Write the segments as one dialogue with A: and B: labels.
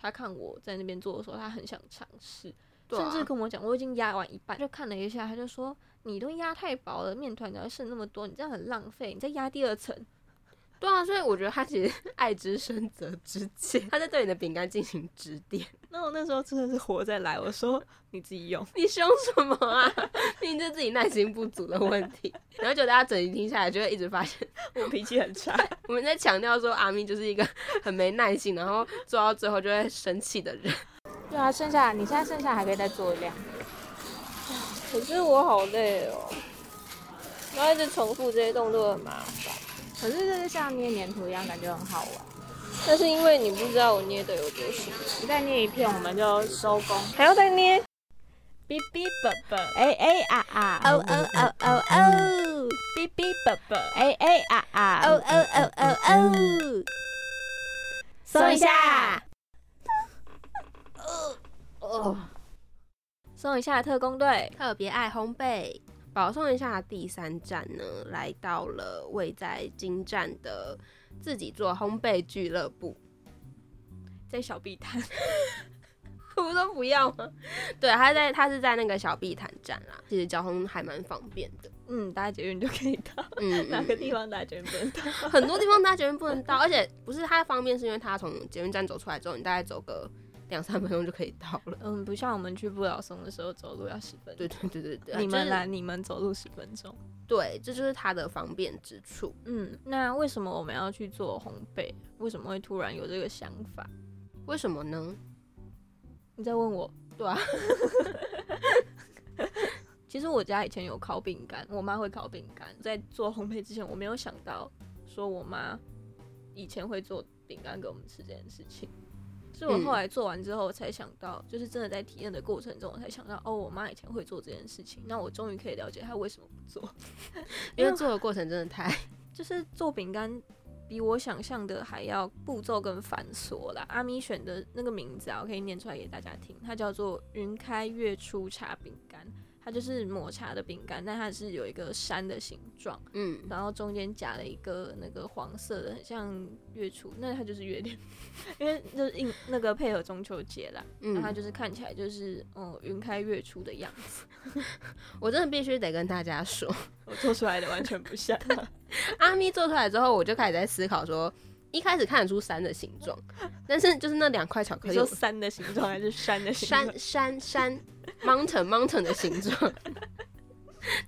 A: 他看我在那边做的时候，他很想尝试，
B: 对
A: 甚
B: 啊
A: 至跟我讲我已经压完一半，就看了一下，他就说你都压太薄了，面团只要剩那么多，你这样很浪费，你再压第二层。
B: 对啊，所以我觉得他其实 爱之深责之切，他在对你的饼干进行指点。
A: 那我那时候真的是活再来，我说你自己用，
B: 你凶什么啊？你这自己耐心不足的问题。然后就大家整集听下来，就会一直发现
A: 我脾气很差。
B: 我们在强调说阿咪就是一个很没耐心，然后做到最后就会生气的人。
C: 对啊，剩下你现在剩下还可以再做一辆。可是我好累哦，然后一直重复这些动作很麻烦。可是这就像捏粘土一样，感觉很好玩。
A: 但是因为你不知道我捏的有多少，
C: 你再捏一片，我们就收工。
A: 还要再捏。
C: 哔哔啵啵，
D: 哎哎啊啊，哦哦哦哦哦，
C: 哔哔啵啵，
D: 哎哎啊啊，哦哦哦哦哦，松一下。
A: 送一下特工队，
B: 特别爱烘焙。保送一下第三站呢，来到了位在金站的自己做烘焙俱乐部。
A: 在小碧滩。
B: 我说不要吗？对，他在他是在那个小碧潭站啦，其实交通还蛮方便的。
A: 嗯，搭捷运就可以到，
B: 嗯，
A: 哪个地方搭捷运不能到？
B: 嗯很多地方搭捷运不能到，而且不是它方便，是因为它从捷运站走出来之后，你大概走个两三分钟就可以到了。
A: 嗯，不像我们去不老松的时候走路要十分
B: 对
A: 钟，
B: 对对对对，
A: 你
B: 就是
A: 们来，你们走路十分钟。
B: 对，这就是它的方便之处。
A: 嗯，那为什么我们要去做烘焙？为什么会突然有这个想法？
B: 为什么呢？
A: 你在问我？
B: 对啊。
A: 其实我家以前有烤饼干，我妈会烤饼干。在做烘焙之前，我没有想到说我妈以前会做饼干给我们吃这件事情。是我
B: 嗯
A: 后来做完之后，我才想到，就是真的在体验的过程中，我才想到，哦，我妈以前会做这件事情。那我终于可以了解她为什么不做，
B: 因为做的过程真的太……
A: 就是做饼干比我想象的还要步骤更繁琐啦。阿咪选的那个名字啊，我可以念出来给大家听，它叫做“云开月出茶饼干”，它就是抹茶的饼干，但它是有一个山的形状，
B: 嗯，
A: 然后中间夹了一个那个黄色的，很像月初，那它就是月亮，因为就是应那个配合中秋节啦，那它
B: 嗯，
A: 就是看起来就是嗯云开月出的样子，
B: 我真的必须得跟大家说，
A: 我做出来的完全不 像。啊
B: 阿咪做出来之后，我就开始在思考说，一开始看得出山的形状，但是就是那两块巧克
A: 你
B: 力
A: 说
B: 我，
A: 山的形状还是山的形状？
B: 山山山 mountain mountain 的形状，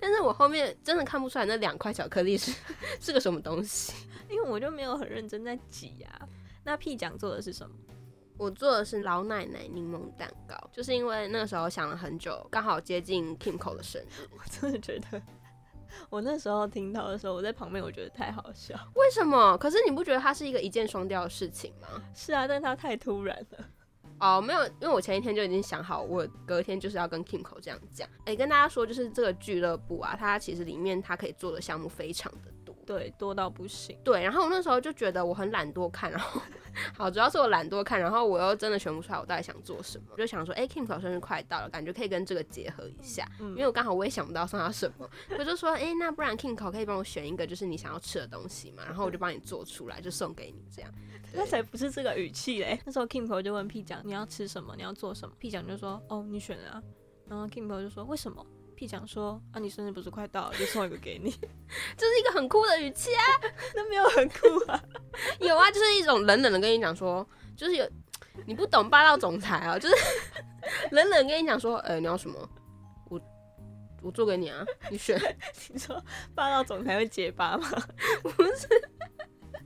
B: 但是我后面真的看不出来那两块巧克力是 是个什么东西。
A: 因为我就没有很认真在挤啊。那屁讲做的是什么？
B: 我做的是老奶奶柠檬蛋糕，就是因为那个时候想了很久，刚好接近 Kimco 的生日。
A: 我真的觉得，我那时候听到的时候，我在旁边我觉得太好笑。
B: 为什么？可是你不觉得它是一个一箭双雕的事情吗？
A: 是啊，但它太突然了。
B: 哦，没有，因为我前一天就已经想好，我隔天就是要跟 Kimco 这样讲。哎、跟大家说，就是这个俱乐部啊，它其实里面它可以做的项目非常的多。
A: 对，多到不行。
B: 对，然后我那时候就觉得我很懒惰看，然后好，主要是我懒惰看，然后我又真的选不出来我到底想做什么，我就想说，哎、k i m 考生日快到了，感觉可以跟这个结合一下，
A: 嗯
B: 因为我刚好我也想不到送他什么，我就说，哎、那不然 Kim 考可以帮我选一个就是你想要吃的东西嘛，然后我就帮你做出来，就送给你这样。对
A: 那才不是这个语气嘞。那时候 Kimco 就问屁讲你要吃什么，你要做什么。屁讲就说哦你选了、啊，然后 Kimco 就说为什么？屁讲说啊你生日不是快到了，就送一个给你。
B: 这是一个很酷的语气啊，
A: 那没有很酷啊。
B: 有啊，就是一种冷冷的跟你讲说，就是有你不懂霸道总裁啊，就是 冷冷跟你讲说，呃、你要什么，我我做给你啊，你选。
A: 你说霸道总裁会结巴吗？。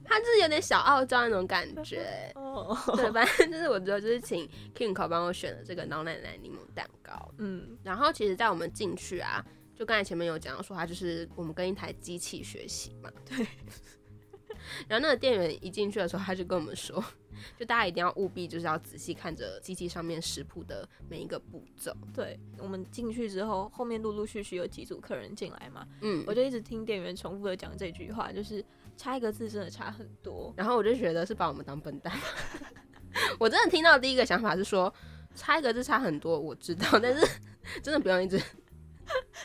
B: 他就是有点小傲娇那种感觉
A: 哦，
B: 对，反正就是我觉得就是请 Kinko 帮我选的这个老奶奶柠檬蛋糕。
A: 嗯，
B: 然后其实，在我们进去啊，就刚才前面有讲到说，它就是我们跟一台机器学习嘛。对。 然后那个店员一进去的时候，他就跟我们说，就大家一定要务必就是要仔细看着机器上面食谱的每一个步骤。
A: 对，我们进去之后，后面陆陆续续有几组客人进来嘛，
B: 嗯，
A: 我就一直听店员重复的讲这句话，就是差一个字真的差很多。
B: 然后我就觉得是把我们当笨蛋。 我真的听到第一个想法是说，差一个字差很多，我知道，但是 真的不用一直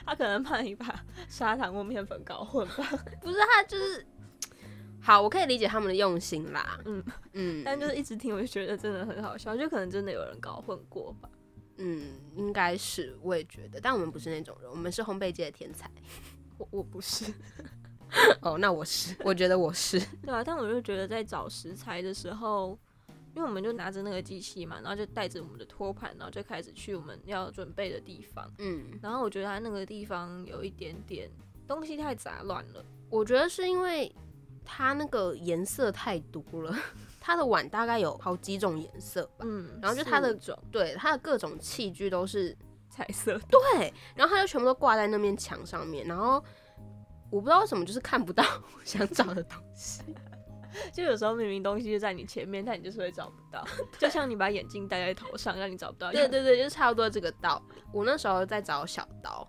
A: 他可能怕你把砂糖或面粉搞混吧。
B: 不是他就是好，我可以理解他们的用心啦。
A: 嗯
B: 嗯，
A: 但就是一直听，我就觉得真的很好笑，就可能真的有人搞混过吧。
B: 嗯，应该是我也觉得，但我们不是那种人，我们是烘焙界的天才。
A: 我我不是，
B: 哦，那我是，我觉得 我是。
A: 对啊，但我就觉得在找食材的时候，因为我们就拿着那个机器嘛，然后就带着我们的托盘，然后就开始去我们要准备的地方。
B: 嗯，
A: 然后我觉得它那个地方有一点点东西太杂乱了，
B: 我觉得是因为它那个颜色太多了， 它的碗大概有好几种颜色吧。
A: 嗯，
B: 然后就它的
A: 四五种
B: 对，它的各种器具都是
A: 彩色的，
B: 对，然后它就全部都挂在那面墙上面，然后我不知道为什么就是看不到 我想找的东西。
A: 就有时候明明东西就在你前面，但你就是会找不 到，就像你把眼镜戴在头上，让你找不到一
B: 对
A: 样。
B: 对对，就是差不多这个道理。我那时候在找小刀，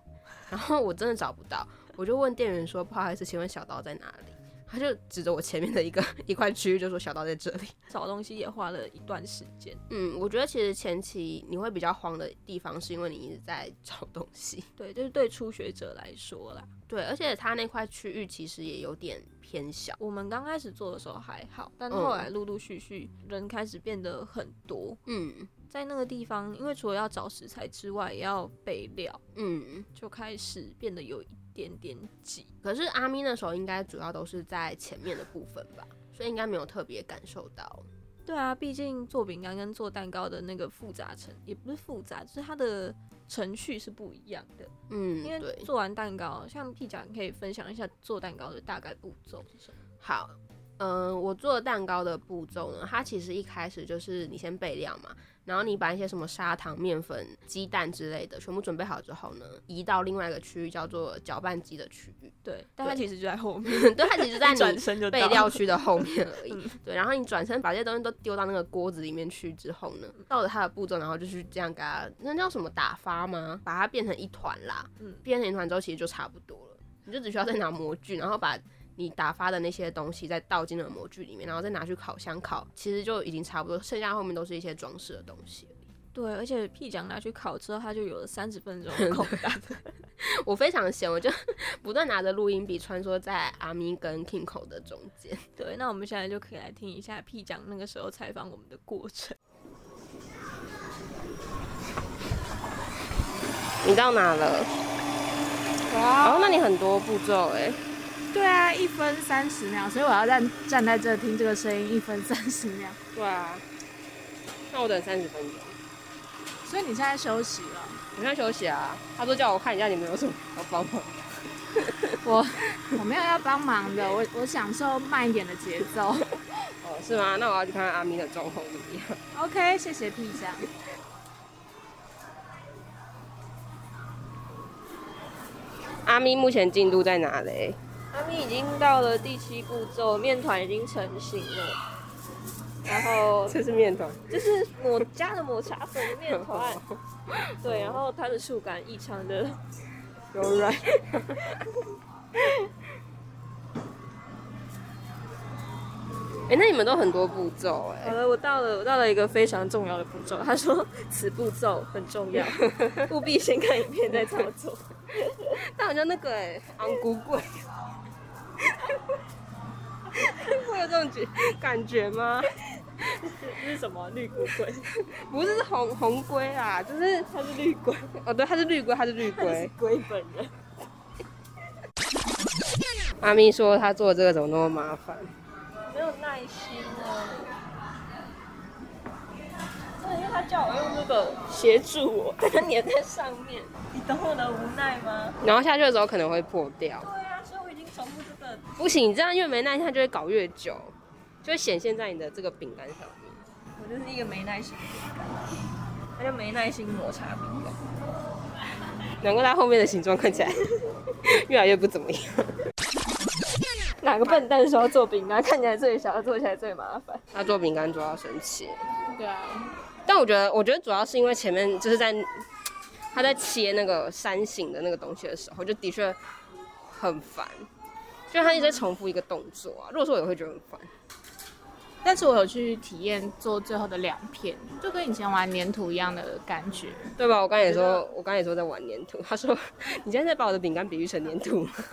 B: 然后我真的找不到，我就问店员说：“不好意思，请问小刀在哪里？”他就指着我前面的一个一块区域，就说：“小刀在这里。
A: 找东西也花了一段时间。”
B: 嗯，我觉得其实前期你会比较慌的地方，是因为你一直在找东西。
A: 对，就是对初学者来说啦，
B: 对，而且他那块区域其实也有点偏小。
A: 我们刚开始做的时候还好，但后来陆陆续续人开始变得很多，
B: 嗯
A: 在那个地方，因为除了要找食材之外，也要备料，
B: 嗯，
A: 就开始变得有一点点挤。
B: 可是阿咪那时候应该主要都是在前面的部分吧，所以应该没有特别感受到。
A: 对啊，毕竟做饼干跟做蛋糕的那个复杂程也不是复杂，就是它的程序是不一样的。
B: 嗯，
A: 因为
B: 对。
A: 做完蛋糕，像 P 讲，你可以分享一下做蛋糕的大概步骤是什么。
B: 好，嗯、我做蛋糕的步骤呢，它其实一开始就是你先备料嘛，然后你把一些什么砂糖、面粉、鸡蛋之类的全部准备好之后呢，移到另外一个区域叫做搅拌机的区域。
A: 对，但它
B: 对
A: 其实就在后面，
B: 对，它其实 在
A: 转
B: 你
A: 身就
B: 备
A: 到
B: 料
A: 了
B: 区的后面而已。
A: 嗯
B: 对，然后你转身把这些东西都丢到那个锅子里面去之后呢，照着它的步骤，然后就去这样给它，那叫什么打发吗？把它变成一团啦。
A: 嗯
B: 变成一团之后其实就差不多了，你就只需要再拿模具，然后把。你打发的那些东西再倒进了模具里面，然后再拿去烤箱烤，其实就已经差不多，剩下后面都是一些装饰的东西。
A: 对，而且 P 奖拿去烤之后，它就有了三十分钟的空 档。
B: 我非常闲，我就 不断拿着录音笔穿梭在阿咪跟 Kingo 的中间。
A: 对，那我们现在就可以来听一下 P 奖那个时候采访我们的过程。
B: 你到哪了？
C: 哇
B: 哦，那你很多步骤哎、
C: 对啊，一分三十秒，所以我要站站在这听这个声音，一分三十秒。
B: 对啊，那我等三十分钟，
C: 所以你现在休息了？
B: 我现在休息啊。他说叫我看一下你们有什么要帮 忙。
C: 我 我没有要帮忙的，我我享受慢一点的节 奏。
B: 哦，是吗？那我要去看看阿咪的状况怎么样。
C: OK，谢谢 P 酱。
B: 阿咪目前进度在哪嘞？
A: 阿咪已经到了第七步骤，面团已经成型了，然后
B: 这是面团。
A: 就是抹加了抹茶粉的面团， 对，然后它的触感异常的柔 软。
B: 哎、那你们都很多步骤哎、
A: 好了，我到了，我到了一个非常重要的步骤。他说此步骤很重 要，务必先看影片再操作。
B: 那好像那个哎、昂古贵。 会有这种觉感觉吗？
A: 这是什么绿骨鬼？
B: 不是是红红龟啊，就是
A: 它是绿鬼，
B: 哦，对，它是绿龟，它是绿
A: 它就是
B: 龟。
A: 鬼本人。
B: 阿咪说她做这个怎么那么麻烦？
A: 没有耐心啊。对，因为他叫我用这个协助我， 把它粘在上面，你懂我的无奈吗？
B: 然后下去的时候可能会破掉。
A: 对啊，所以我已经重复这个。
B: 不行，你这样越没耐心，它就会搞越久，就会显现在你的这个饼干上面。
A: 我就是一个没耐心的饼干，他就没耐心抹茶饼干。
B: 难怪它后面的形状看起来 越来越不怎么样。
A: 哪个笨蛋说要做饼干，看起来最小，做起来最麻烦。
B: 他做饼干主要生气，
C: 对啊，
B: 但我觉得，我觉得主要是因为前面就是在他在切那个山形的那个东西的时候，就的确很烦，就他一直在重复一个动作啊。如果说我也会觉得很烦。
C: 但是我有去体验做最后的两片，就跟以前玩粘土一样的感觉。
B: 对啊吧？我刚才也说，我刚才也说在 玩粘土。他说：“你现在在把我的饼干比喻成粘土吗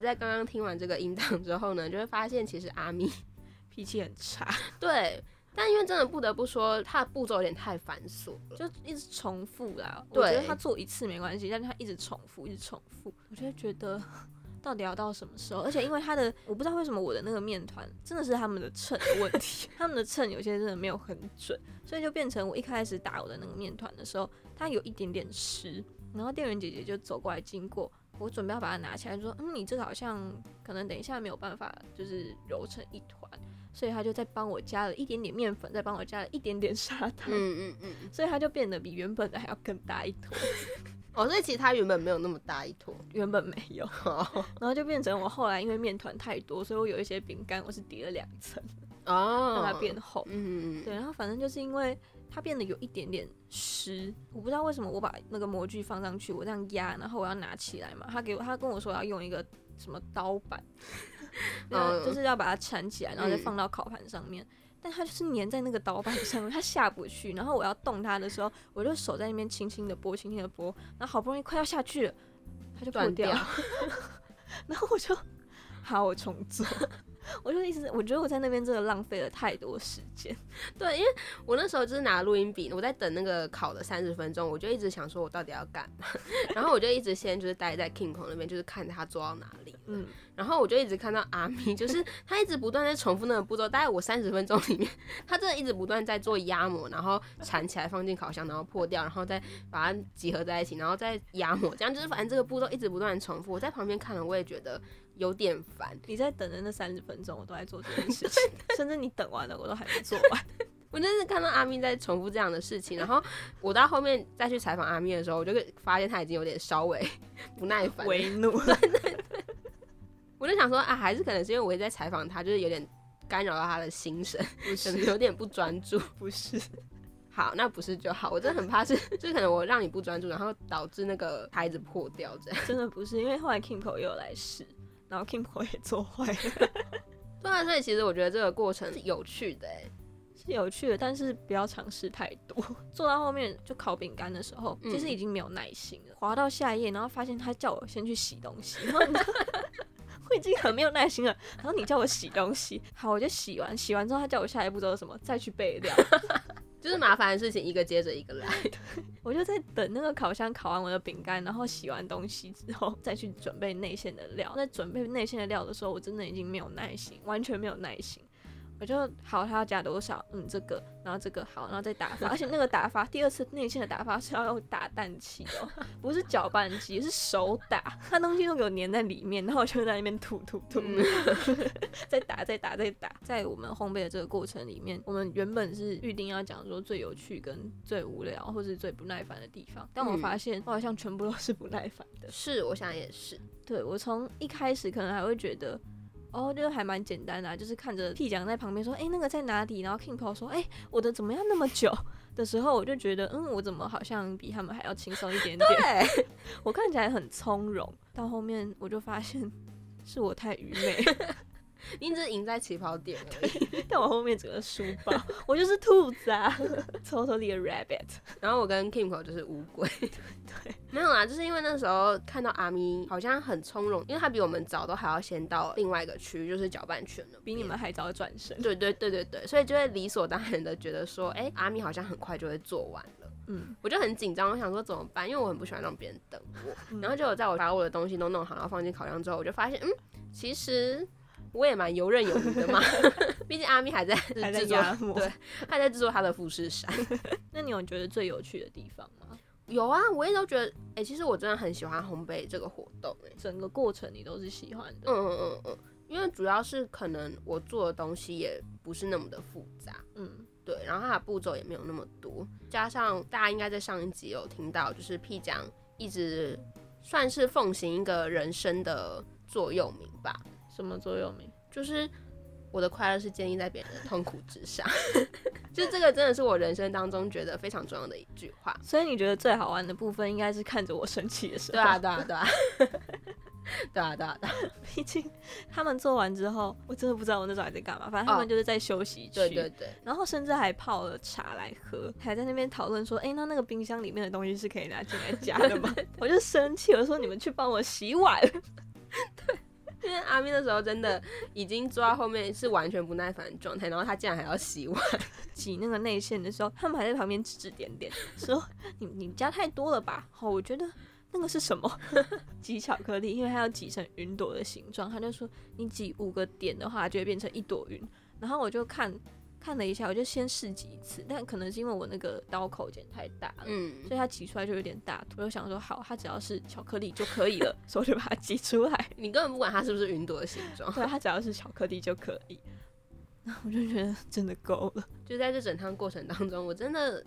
B: 在刚刚听完这个音档之后呢，就会发现其实阿咪
A: 脾气很差，
B: 对，但因为真的不得不说，它的步骤有点太繁琐了。
A: 就一直重复啦。
B: 对
A: 我觉得他做一次没关系，但他一直重复，一直重复，我就会觉得到底要到什么时候？而且因为他的，我不知道为什么我的那个面团真的是他们的秤的问题，他们的秤有些真的没有很准，所以就变成我一开始打我的那个面团的时候，它有一点点湿，然后店员姐姐就走过来经过。我准备要把它拿起来，就说：“嗯，你这个好像可能等一下没有办法，就是揉成一团。”所以他就再帮我加了一点点面粉，再帮我加了一点点砂糖。
B: 嗯嗯嗯，
A: 所以它就变得比原本的还要更大一坨，
B: 哦，所以其实它原本没有那么大一坨。
A: 原本没有，
B: 哦
A: 然后就变成我后来因为面团太多，所以我有一些饼干我是叠了两层
B: 哦
A: 让它变厚。
B: 嗯，嗯，
A: 对，然后反正就是因为它变得有一点点湿，我不知道为什么我把那个模具放上去，我这样压，然后我要拿起来嘛，他给我他跟我说要用一个什么刀板， 那
B: 嗯
A: 就是要把它缠起来，然后再放到烤盘上面。但它就是粘在那个刀板上面，它下不去。然后我要动它的时候，我就手在那边轻轻的拨，轻轻的拨，然后好不容易快要下去了，它就断
B: 断
A: 掉
B: 掉。
A: 然后我就 好，我重做。 我就一直，我觉得我在那边真的浪费了太多时间。
B: 对，因为我那时候就是拿录音笔，我在等那个烤的三十分钟，我就一直想说我到底要干嘛， 然后我就一直先就是待在 King Kong 那边，就是看他做到哪里，
A: 嗯，
B: 然后我就一直看到阿咪，就是他一直不断在重复那个步骤，大概我三十分钟里面，他真的一直不断在做压模，然后缠起来放进烤箱，然后破掉，然后再把它集合在一起，然后再压模，这样就是反正这个步骤一直不断地重复。我在旁边看了，我也觉得有点烦，
A: 你在等的那三十分钟，我都在做这件 事情，甚至你等完了，我都还没做 完。
B: 我真是看到阿咪在重复这样的事情，然后我到后面再去采访阿咪的时候，我就发现他已经有点稍微 不耐烦了，
A: 为怒，
B: 我就想说啊，还是可能是因为我一直在采访他，就是有点干扰到他的心神，
A: 不
B: 可能有点不专注。
A: 不是，
B: 好，那不是就好，我真的很怕是， 就是可能我让你不专注，然后导致那个台子破掉这样。
A: 真的不是，因为后来 Kimco 也有来试，然后 Kimco 也做坏 了，
B: 对啊，所以其实我觉得这个过程是有趣的哎，
A: 是有趣的，但是不要尝试太多。 做到后面就烤饼干的时候，
B: 嗯
A: 其实已经没有耐心了，滑到下一页，然后发现他叫我先去洗东西， 然后你知道我已经很没有耐心了，然后你叫我洗东西，好，我就洗完，洗完之后他叫我下一步骤是什么，再去备料，
B: 就是麻烦的事情一个接着一个来。
A: 我就在等那个烤箱烤完我的饼干，然后洗完东西之后，再去准备内馅的料。在准备内馅的料的时候，我真的已经没有耐心，完全没有耐心。我就好，它要加多少？嗯，这个，然后这个好，然后再打发。而且那个打发，第二次内馅的打发是要用打蛋器哦， 不是搅拌机，是手打。它东西都给我粘在里面，然后我就在那边吐吐吐，
B: 嗯
A: 再打再打再打。在我们烘焙的这个过程里面，我们原本是预定要讲说最有趣跟最无聊或是最不耐烦的地方，但我
B: 嗯
A: 发现我好像全部都是不耐烦 的。
B: 是，我想也是。
A: 对我从一开始可能还会觉得。哦，就是还蛮简单的、啊，就是看着 P 讲在旁边说，哎、那个在哪里？然后 King p 说，哎、我的怎么样那么久 的时候，我就觉得，嗯，我怎么好像比他们还要轻松一点点？
B: 对，
A: 我看起来很从容，到后面我就发现是我太愚昧，
B: 你只是赢在起跑点而已。
A: 但我后面整个书包，我就是兔子啊，totally a rabbit。
B: 然后我跟 Kimco 就是乌 龟，对，没有啦，啊就是因为那时候看到阿咪好像很从容，因为他比我们早都还要先到另外一个区，就是搅拌圈了，
A: 比你们还早转身，
B: 对对对对对，所以就会理所当然的觉得说，哎、阿咪好像很快就会做完了。
A: 嗯，
B: 我就很紧张，我想说怎么办，因为我很不喜欢让别人等
A: 嗯
B: 我。然后就有在我把我的东西都弄好，然后放进烤箱之后，我就发现，嗯，其实我也蛮游刃有余 的嘛。毕竟阿咪还在
A: 还在
B: 制作，
A: 压磨。
B: 对，还在制作他的富士山。
A: 那你有觉得最有趣的地方吗？
B: 有啊，我一直都觉得，哎、其实我真的很喜欢烘焙这个活动、哎，
A: 整个过程你都是喜欢的，
B: 嗯嗯嗯嗯，因为主要是可能我做的东西也不是那么的复杂，
A: 嗯
B: 对，然后它的步骤也没有那么多，加上大家应该在上一集有听到，就是 P 讲一直算是奉行一个人生的座右铭吧，
A: 什么座右铭？
B: 就是我的快乐是建立在别人的痛苦之上，就这个真的是我人生当中觉得非常重要的一句话。
A: 所以你觉得最好玩的部分应该是看着我生气的时候，
B: 对啊，，对啊，对啊，对啊，对啊，对啊
A: 毕竟他们做完之后，我真的不知道我那时候还在干嘛，反正他们
B: 哦
A: 就是在休息区，
B: 对对对。
A: 然后甚至还泡了茶来喝，还在那边讨论说，哎、那那个冰箱里面的东西是 可以拿进来加的吗？我就生气，我说你们去帮我洗碗。
B: 因为阿咪那时候真的已经坐到后面是完全不耐烦的状态，然后他竟然还要洗碗，
A: 挤那个内线的时候，他们还在旁边指指点点， 说你你加太多了吧？哦，我觉得那个是什么？ 挤巧克力，因为它要挤成云朵的形状，他就说你挤五个点的话，它就会变成一朵云。然后我就看看了一下，我就先试挤一次，但可能是因为我那个刀口剪太大了，
B: 嗯
A: 所以，它挤出来就有点大。我就想说，好，它只要是巧克力就可以了，所以我就把它挤出来。
B: 你根本不管它是不是云朵的形状，
A: 对，它只要是巧克力就可以。 那我就觉得真的够了。
B: 就在这整趟过程当中，我真的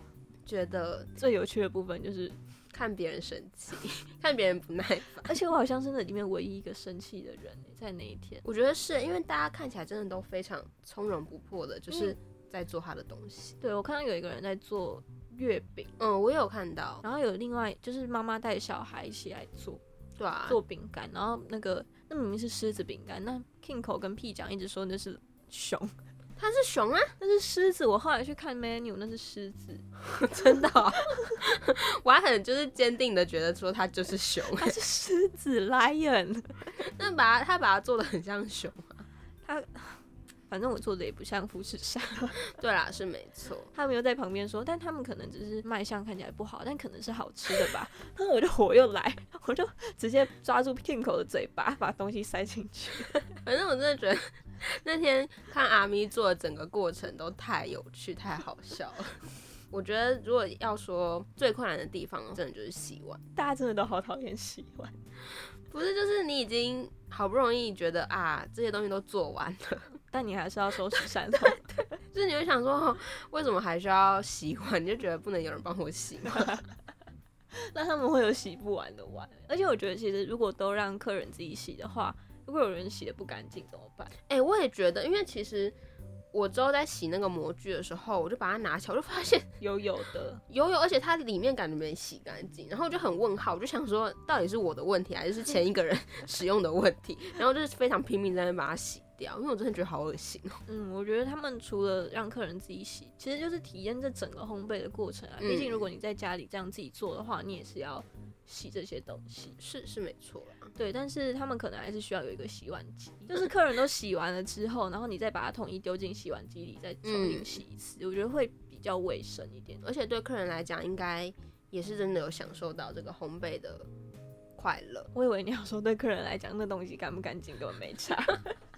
B: 觉得
A: 最有趣的部分就是，
B: 看别人生气， 看别人不耐烦，
A: 而且我好像是那里面唯一一个生气的人、欸在那一天。
B: 我觉得是因为大家看起来真的都非常从容不迫的，就是在做他的东西。
A: 对我看到有一个人在做月饼，
B: 嗯，我也有看到，
A: 然后有另外就是妈妈带小孩一起来做
B: 对啊，
A: 做饼干，然后那个那明明是狮子饼干，那 Kingo 跟屁讲一直说那是熊，
B: 他是熊啊，
A: 那是狮子。我后来去看 menu，那是狮子，
B: 真的哦、 我还很就是坚定的觉得说他就是熊，
A: 它是狮子 lion。
B: 那把他他把它做的很像熊。
A: 它反正我做的也不像富士山。
B: 对啦，是没错。
A: 他们又在旁边说，但他们可能只是卖相看起来不好，但可能是好吃的吧。 然后我就火又来， 我就直接抓住片口的嘴巴，把东西塞进去。
B: 反正我真的觉得 那天看阿咪做的整个过程都太有趣、太好笑了。我觉得如果要说最困难的地方，真的就是洗碗，
A: 大家真的都好讨厌洗碗，
B: 不是就是你已经好不容易觉得啊这些东西都做完了，
A: 但你还是要收拾善后。
B: 就是你会想说哦为什么还需要洗碗？你就觉得不能有人帮我洗吗？
A: 那他们会有洗不完的碗。而且我觉得，其实如果都让客人自己洗的话，如果有人洗的不干净怎么办？
B: 哎、我也觉得，因为其实我之后在洗那个模具的时候，我就把它拿起来，我就发现
A: 有有的，
B: 有有，而且它里面感觉没洗干净，然后我就很问号，我就想说到底是我的问题还是前一个人使用的问题，然后就是非常拼命在那边把它洗掉，因为我真的觉得好恶心哦。
A: 嗯，我觉得他们除了让客人自己洗，其实就是体验这整个烘焙的过程啊。
B: 嗯
A: 毕竟如果你在家里这样自己做的话，你也是要洗这些东西。
B: 是是没错啦，
A: 对，但是他们可能还是需要有一个洗碗机，就是客人都洗完了之后，然后你再把它统一丢进洗碗机里，再重新
B: 嗯
A: 洗一次，我觉得会比较卫生一点。
B: 而且对客人来讲，应该也是真的有享受到这个烘焙的快乐，
A: 我以为你要说对客人来讲，那东西干不干净根本没 差，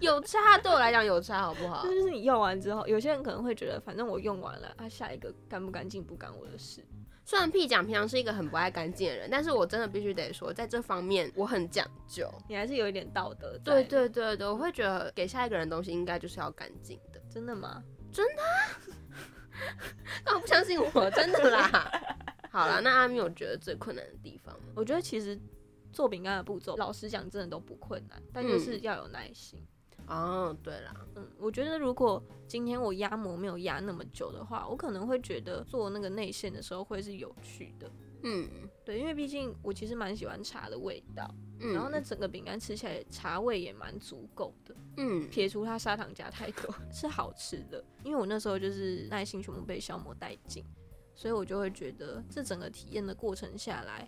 B: 有差对我来讲有差，好不好
A: 这？就是你用完之后，有些人可能会觉得，反正我用完了，啊，下一个干不干净不干我的事。
B: 虽然屁讲平常是一个很不爱干净的人，但是我真的必须得说，在这方面我很讲究。
A: 你还是有一点道德在。
B: 对，对对对，我会觉得给下一个人东西应该就是要干净的。
A: 真的吗？
B: 干嘛啊不相信我？真的啦。 好啦，那阿咪有觉得最困难的地方吗？
A: 我觉得其实做饼干的步骤，老实讲，真的都不困难，但就是
B: 嗯
A: 要有耐心。
B: 哦，对啦，
A: 嗯，我觉得如果今天我压模没有压那么久的话，我可能会觉得做那个内馅的时候会是有趣的。
B: 嗯
A: 对，因为毕竟我其实蛮喜欢茶的味道，
B: 嗯，
A: 然后那，整个饼干吃起来茶味也蛮足够的，
B: 嗯，
A: 撇除它砂糖加太多 是好吃的。因为我那时候就是耐心全部被消磨殆尽，所以我就会觉得这整个体验的过程下来，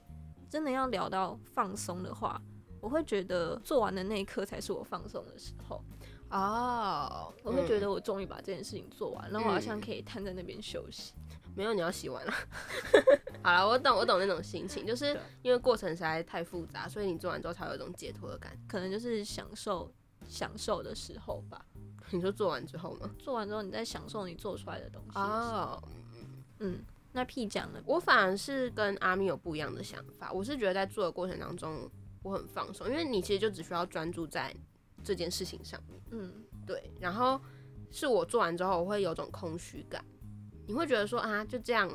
A: 真的要聊到放松的话，我会觉得做完的那一刻才是我放松的时候。
B: 哦，
A: 我会觉
B: 嗯
A: 得我终于把这件事情做完，然后我好像
B: 嗯
A: 可以瘫在那边休息。
B: 没有，你要洗碗了。 好了，我懂，我懂那种心情，就是
A: 对
B: 因为过程实在太复杂，所以你做完之后才有一种解脱的感觉。
A: 可能就是享受享受的时候吧。
B: 你说做完之后吗？
A: 做完之后，你在享受你做出来的东西。
B: 哦，
A: 嗯，那屁讲呢？
B: 我反而是跟阿咪有不一样的想法，我是觉得在做的过程当中我很放松，因为你其实就只需要专注在这件事情上面。
A: 嗯，
B: 对，然后是我做完之后，我会有种空虚感，你会觉得说啊，就这样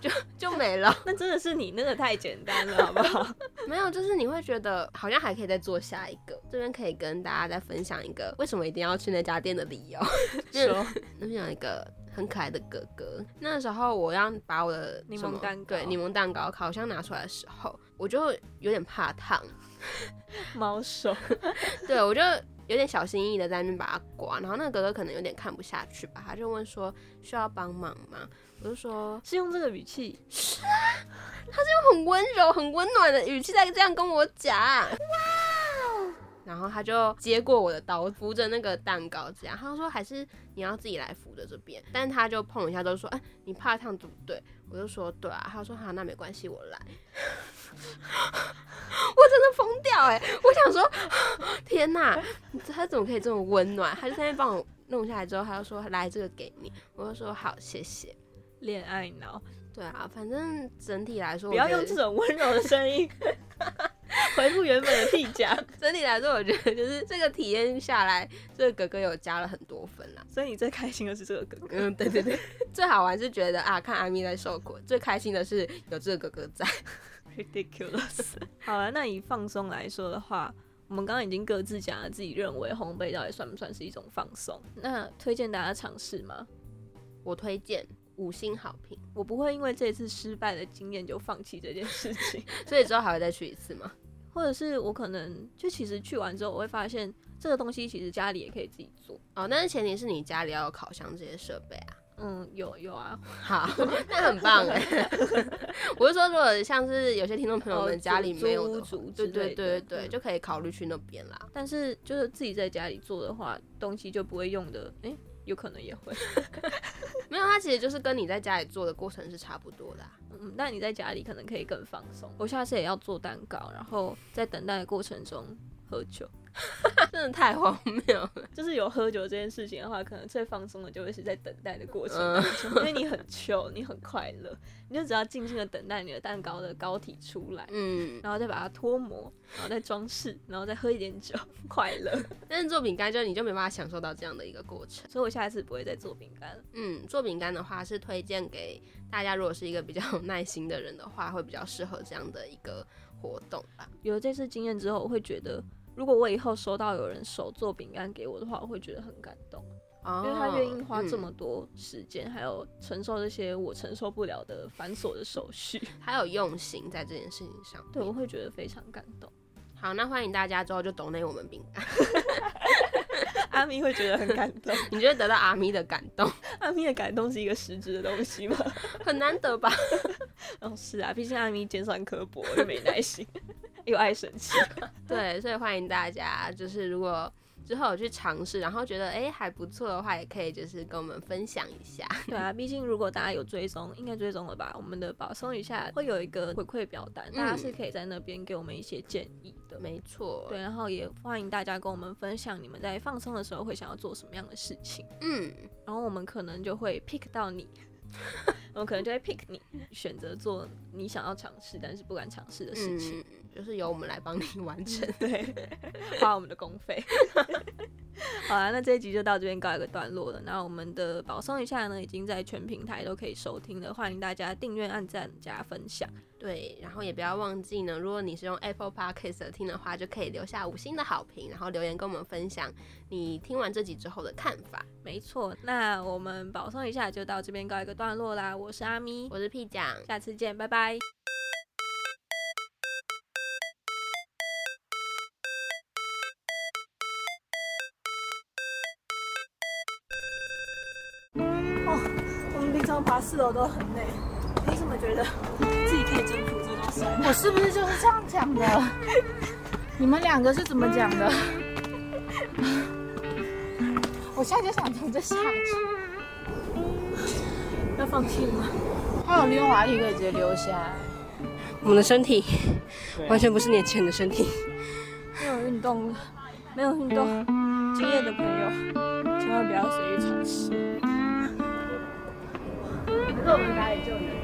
B: 就就没了，
A: 那真的是你那个太简单了，好不好？
B: 没有，就是你会觉得好像还可以再做下一个。这边可以跟大家再分享一个为什么一定要去那家店的理由。
A: 说
B: 那边有一个很可爱的哥哥，那时候我要把我的
A: 柠檬
B: 什么
A: 蛋糕
B: 对柠檬蛋糕烤箱拿出来的时候，我就有点怕烫，
A: 猫手，
B: 对，我就有点小心翼翼的在那边把它刮，然后那个哥哥可能有点看不下去吧，他就问说需要帮忙吗？我就说
A: 是用这个语气，
B: 很温柔、很温暖的语气在这样跟我讲。哇哦，然后他就接过我的刀，扶着那个蛋糕这样，他就说还是你要自己来扶着这边，但他就碰一下，就说哎、你怕烫对不对？我就说对啊，他说好、那没关系，我来。我真的疯掉哎、我想说，天哪，他怎么可以这么温暖？他就在那边帮我弄下来之后，他就说来这个给你，我就说好，谢谢。
A: 恋爱脑，
B: 对啊，反正整体来说，
A: 不要
B: 我觉
A: 用这
B: 得
A: 种温柔的声音回复原本的屁夹。
B: 整体来说，我觉得就是这个体验下来，这个哥哥有加了很多分啦。
A: 所以你最开心的是这个哥哥，
B: 嗯，对对对，最好玩是觉得啊，看阿咪在受苦，最开心的是有这个哥哥在。
A: ridiculous。好 了，那以放松来说的话，我们刚刚已经各自讲了自己认为烘焙到底算不算是一种放松。那推荐大家尝试吗？
B: 我推荐五星好评，
A: 我不会因为这次失败的经验就放弃这件事情，
B: 所以之后还会再去一次吗？
A: 或者是我可能就其实去完之后，我会发现这个东西其实家里也可以自己做。
B: 哦，但是前提是你家里要有烤箱这些设备啊。
A: 嗯，有有啊，
B: 好，那很棒哎。 我是说，如果像是有些听众朋友
A: 哦
B: 们家里
A: 租
B: 没有的
A: 租屋
B: 话
A: 族
B: 对
A: 之
B: 对
A: 类
B: 对对
A: 的嗯
B: 对，就可以考虑去那边啦。
A: 但是就是自己在家里做的话，东西就不会用的，诶、有可能也会。
B: 没有，它其实就是跟你在家里做的过程是差不多的啊、
A: 嗯，那你在家里可能可以更放松。我下次也要做蛋糕，然后在等待的过程中喝酒。
B: 真的太荒谬了。
A: 就是有喝酒这件事情的话，可能最放松的就会是在等待的过程
B: 嗯
A: 中，因为你很糗，你很快乐，你就只要静静的等待你的蛋糕的膏体出来，
B: 嗯，
A: 然后再把它脱模，然后再装饰，然后再喝一点酒， 快 乐。
B: 但是做饼干就你就没办法享受到这样的一个过程。
A: 所以我下一次不会再做饼干了。
B: 嗯，做饼干的话是推荐给大家，如果是一个比较有耐心的人的话，会比较适合这样的一个活动吧。
A: 有了这次经验之后，我会觉得，如果我以后收到有人手做饼干给我的话，我会觉得很感动。
B: 哦嗯
A: 因为他愿意花这、么多时间，还有承受这些我承受不了的繁琐的手 续，
B: 嗯他有用心在这件事情上。
A: 对我会觉得非常感动。
B: 好，那欢迎大家之后就懂内我们饼干，
A: 阿咪会觉得很感动，
B: 你就会得到阿咪的感动，
A: 阿咪的感动是一个实质的东西吗？
B: 很难得吧？
A: 哦，是啊，毕竟阿咪尖酸刻薄又没耐心， 又爱生气。
B: 对，所以欢迎大家，就是如果之后有去尝试，然后觉得哎、诶还不错的话，也可以就是跟我们分享一下。
A: 对啊，毕竟如果大家有追踪，应该追踪了吧？我们的保送一下会有一个回馈表单，大家是可以在那边给我们一些建议的。
B: 没错，
A: 对，然后也欢迎大家跟我们分享你们在放松的时候会想要做什么样的事情。
B: 嗯，
A: 然后我们可能就会 pick 到 你，我们可能就会 pick 你，选择做你想要尝试但是不敢尝试的事情，
B: 嗯，就是由我们来帮你完 成。
A: 对，花我们的公费。 好啦，那这一集就到这边告一个段落了。那我们的保送一下呢，已经在全平台都可以收听了，欢迎大家订阅、按赞、加分享。
B: 对，然后也不要忘记呢，如果你是用 Apple Podcast 的听的话，就可以留下五星的好评，然后留言跟我们分享你听完这集之后的看法。
A: 没错，那我们保送一下就到这边告一个段落啦。我是阿咪，
B: 我是 P 酱，
A: 下次见，拜拜。
E: 我们平常爬四楼都很累，你怎么觉得自己可以征服这座山？
C: 我是不是就是这样讲 的？你们两个是怎么讲的？我现在就想从这下去，
E: 要放弃了吗？
C: 还有溜滑梯可以直接溜下来，
B: 我们的身体完全不是年轻人的身体。
E: 没有运动，没有运动 经验的朋友，千万不要随意尝试。
C: 可是我们哪里就有？